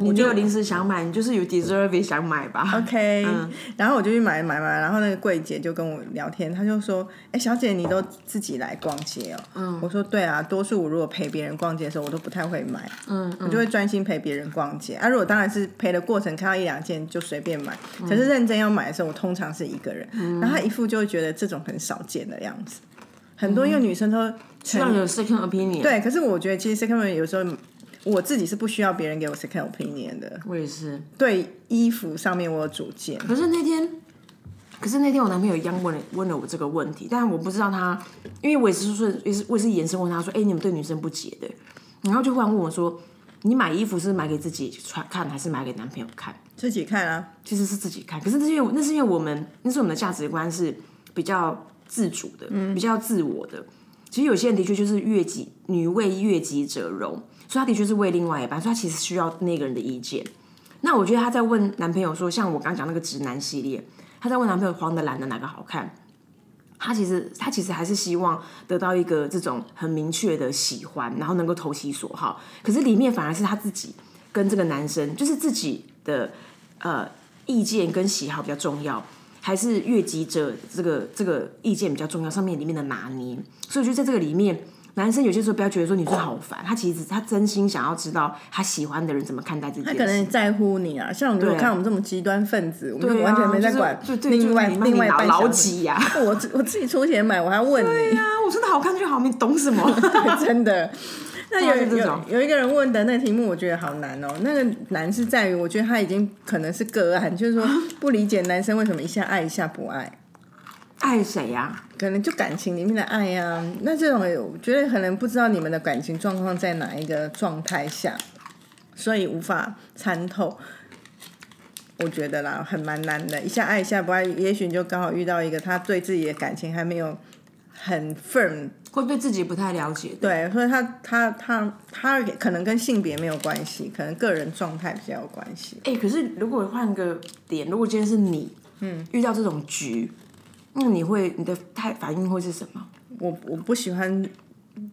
Speaker 2: 你就有临时想买，你就是有 deserve 想买吧。
Speaker 1: ，OK，、
Speaker 2: 嗯
Speaker 1: 然后我就去买买买，然后那个柜姐就跟我聊天，她就说：“哎、小姐，你都自己来逛街哦、
Speaker 2: 嗯
Speaker 1: 我说：“对啊，多数我如果陪别人逛街的时候，我都不太会买，
Speaker 2: 嗯
Speaker 1: 我就会专心陪别人逛街。啊，如果当然是陪的过程看到一两件就随便买，
Speaker 2: 嗯
Speaker 1: 可是认真要买的时候，我通常是一个人。然后他一副就会觉得这种很少见的样子，很多因
Speaker 2: 嗯
Speaker 1: 为女生都
Speaker 2: 希望有 second opinion。，
Speaker 1: 对，可是我觉得其实 second opinion 有时候我自己是不需要别人给我 second opinion 的。
Speaker 2: 我也是。
Speaker 1: 对衣服上面我有主见，
Speaker 2: 可是那天，可是那天我男朋友一样问了问了我这个问题，但我不知道他，因为我也是顺也是我也是延伸问他说，哎、你们对女生不解的，然后就忽然问我说，你买衣服是买给自己穿看，还是买给男朋友看？
Speaker 1: 自己看啊。
Speaker 2: 其实是自己看，可是那是因为那是因为我们那是我们的价值观是比较自主的，比较自我的。其实有些人的确就是悦己女为悦己者容，所以他的确是为另外一半，所以他其实需要那个人的意见。那我觉得他在问男朋友说，像我刚刚讲那个直男系列，他在问男朋友黄的蓝的哪个好看，他其实他其实还是希望得到一个这种很明确的喜欢，然后能够投其所好。可是里面反而是他自己跟这个男生，就是自己的呃意见跟喜好比较重要，还是越级者这个这个意见比较重要？上面里面的拿捏，所以我觉得在这个里面，男生有些时候不要觉得说女生好烦，他其实他真心想要知道他喜欢的人怎么看待自己。
Speaker 1: 他可能在乎你啊，像如果
Speaker 2: 对
Speaker 1: 看我们这种极端分子，我们就
Speaker 2: 对啊
Speaker 1: 完全没在管
Speaker 2: 就是就对
Speaker 1: 另外
Speaker 2: 就是你
Speaker 1: 另外一半
Speaker 2: 你老
Speaker 1: 想
Speaker 2: 老几呀
Speaker 1: 法 *laughs* 我自我自己出钱买，我还问你，
Speaker 2: 啊，我真的好看就好，你懂什么？
Speaker 1: *laughs* 真的。那
Speaker 2: 对啊
Speaker 1: 有
Speaker 2: 就这
Speaker 1: 有
Speaker 2: 种
Speaker 1: 有一个人问的那个题目，我觉得好难哦。那个难是在于，我觉得他已经可能是个案，就是
Speaker 2: *laughs*
Speaker 1: 说不理解男生为什么一下爱一下不爱，
Speaker 2: 爱谁啊呀、
Speaker 1: 可能就感情里面的爱呀、那这种我觉得可能不知道你们的感情状况在哪一个状态下，所以无法参透。我觉得啦，很蛮难的，一下爱一下不爱，也许你就刚好遇到一个他对自己的感情还没有很 firm
Speaker 2: 会对自己不太了解的。
Speaker 1: 对，所以他他他他可能跟性别没有关系，可能个人状态比较有关系。
Speaker 2: 哎、可是如果换个点，如果今天是你，嗯，遇到这种局，那你会你的态反应会是什么？
Speaker 1: 我我不喜欢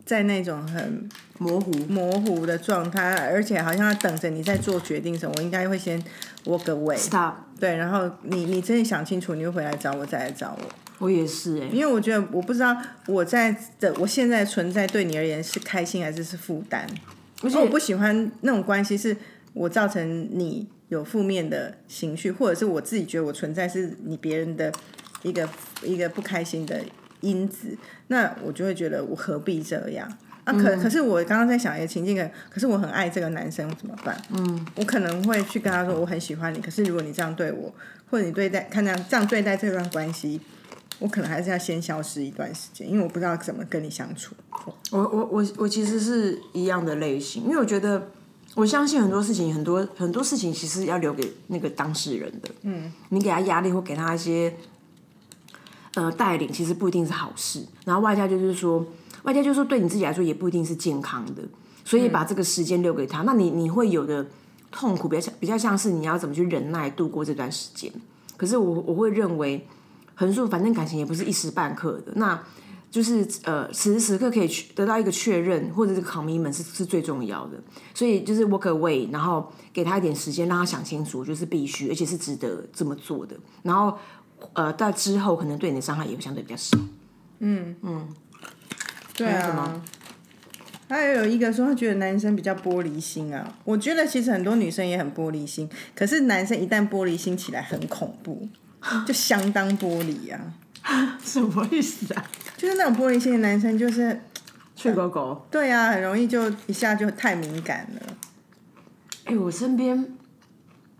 Speaker 1: 在那种很
Speaker 2: 模糊。
Speaker 1: 模糊的状态，而且好像要等着你在做决定的时候，我应该会先 walk away。
Speaker 2: Stop，
Speaker 1: 对，然后你你真的想清楚，你会回来找我，再来找我，
Speaker 2: 我也是哎、
Speaker 1: 因为我觉得我不知道我在的我现在的存在对你而言是开心还是是负担。
Speaker 2: 而
Speaker 1: 因为
Speaker 2: 且
Speaker 1: 我哦不喜欢那种关系，是我造成你有负面的情绪，或者是我自己觉得我存在是你别人的一个一个不开心的因子，那我就会觉得我何必这样？啊，可
Speaker 2: 嗯
Speaker 1: 可是我刚刚在想一个情境，可可是我很爱这个男生怎么办？嗯，我可能会去跟他说我很喜欢你，可是如果你这样对我，或者你对待看这样这样对待这段关系，我可能还是要先消失一段时间，因为我不知道怎么跟你相处。
Speaker 2: 我我我我其实是一样的类型，因为我觉得我相信很多事情，很多很多事情其实要留给那个当事人的。嗯，你给他压力或给他一些呃带领，其实不一定是好事。然后外加就是说，外加就是说对你自己来说也不一定是健康的，所以把这个时间留给他，那你你会有的痛苦比较像比较像是你要怎么去忍耐度过这段时间。可是我我会认为，横竖反正感情也不是一时半刻的，那。就是呃，此时此刻可以去得到一个确认，或者是 commitment 是是最重要的。所以就是 walk away，然后给他一点时间，让他想清楚，就是必须，而且是值得这么做的。然后呃，到之后可能对你的伤害也会相对比较少。
Speaker 1: 对
Speaker 2: 还有什么
Speaker 1: 啊。还有一个说，他觉得男生比较玻璃心啊。我觉得其实很多女生也很玻璃心，可是男生一旦玻璃心起来，很恐怖，就相当玻璃啊。
Speaker 2: *laughs* 什么意思啊？
Speaker 1: 就是那种玻璃心的男生，就是
Speaker 2: 去狗狗。
Speaker 1: 对啊，很容易就一下就太敏感了。
Speaker 2: 哎、我身边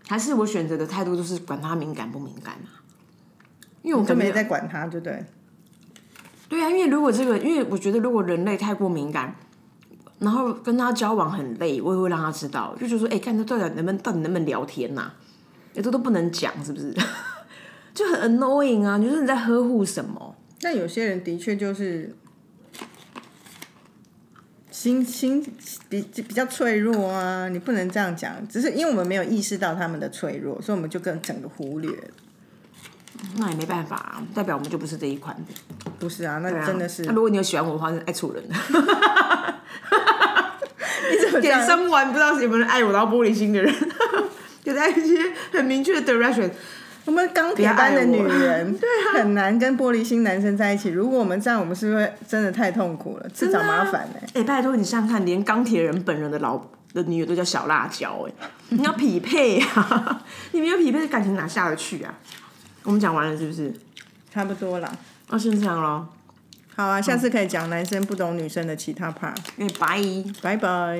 Speaker 2: 还是我选择的态度就是管他敏感不敏感啊，因为我
Speaker 1: 就
Speaker 2: 感觉
Speaker 1: 没再管他，对不对？
Speaker 2: 对啊，因为如果这个，因为我觉得如果人类太过敏感，然后跟他交往很累，我也会让他知道，就觉得说，哎、看他到底能不能到底能不能聊天呐、哎、这都不能讲，是不 *laughs* 是？就很 annoying 啊！你说你在呵护什么？
Speaker 1: 但有些人的确就是心心比比较脆弱啊，你不能这样讲。只是因为我们没有意识到他们的脆弱，所以我们就更整个忽略。
Speaker 2: 那也没办法、啊，代表我们就不是这一款的。
Speaker 1: 不是啊，
Speaker 2: 对
Speaker 1: 那
Speaker 2: 啊
Speaker 1: 真的是、
Speaker 2: 那如果你有喜欢我的话，是爱错人。
Speaker 1: *laughs* 你怎么 *laughs* 这
Speaker 2: *laughs* 给
Speaker 1: 样？
Speaker 2: 生完不知道有没有人爱我到玻璃心的人， *laughs* 给他一些很明确的 direction。
Speaker 1: 我们钢铁般的女
Speaker 2: 不要爱
Speaker 1: 人，
Speaker 2: *laughs*
Speaker 1: 对啊，很难跟玻璃心男生在一起。如果我们这样，我们是不是会真的太痛苦了？自找麻烦欸呢、
Speaker 2: 啊哎、拜托你想想看，连钢铁人本人的老的女友都叫小辣椒、哎， *laughs* 你要匹配啊！ *laughs* 你没有匹配，感情哪下得去啊？我们讲完了是不是？
Speaker 1: 差不多啦。
Speaker 2: 那、先这样喽，
Speaker 1: 好啊，下次可以讲男生不懂女生的其他 part。
Speaker 2: 哎、拜。
Speaker 1: 拜拜。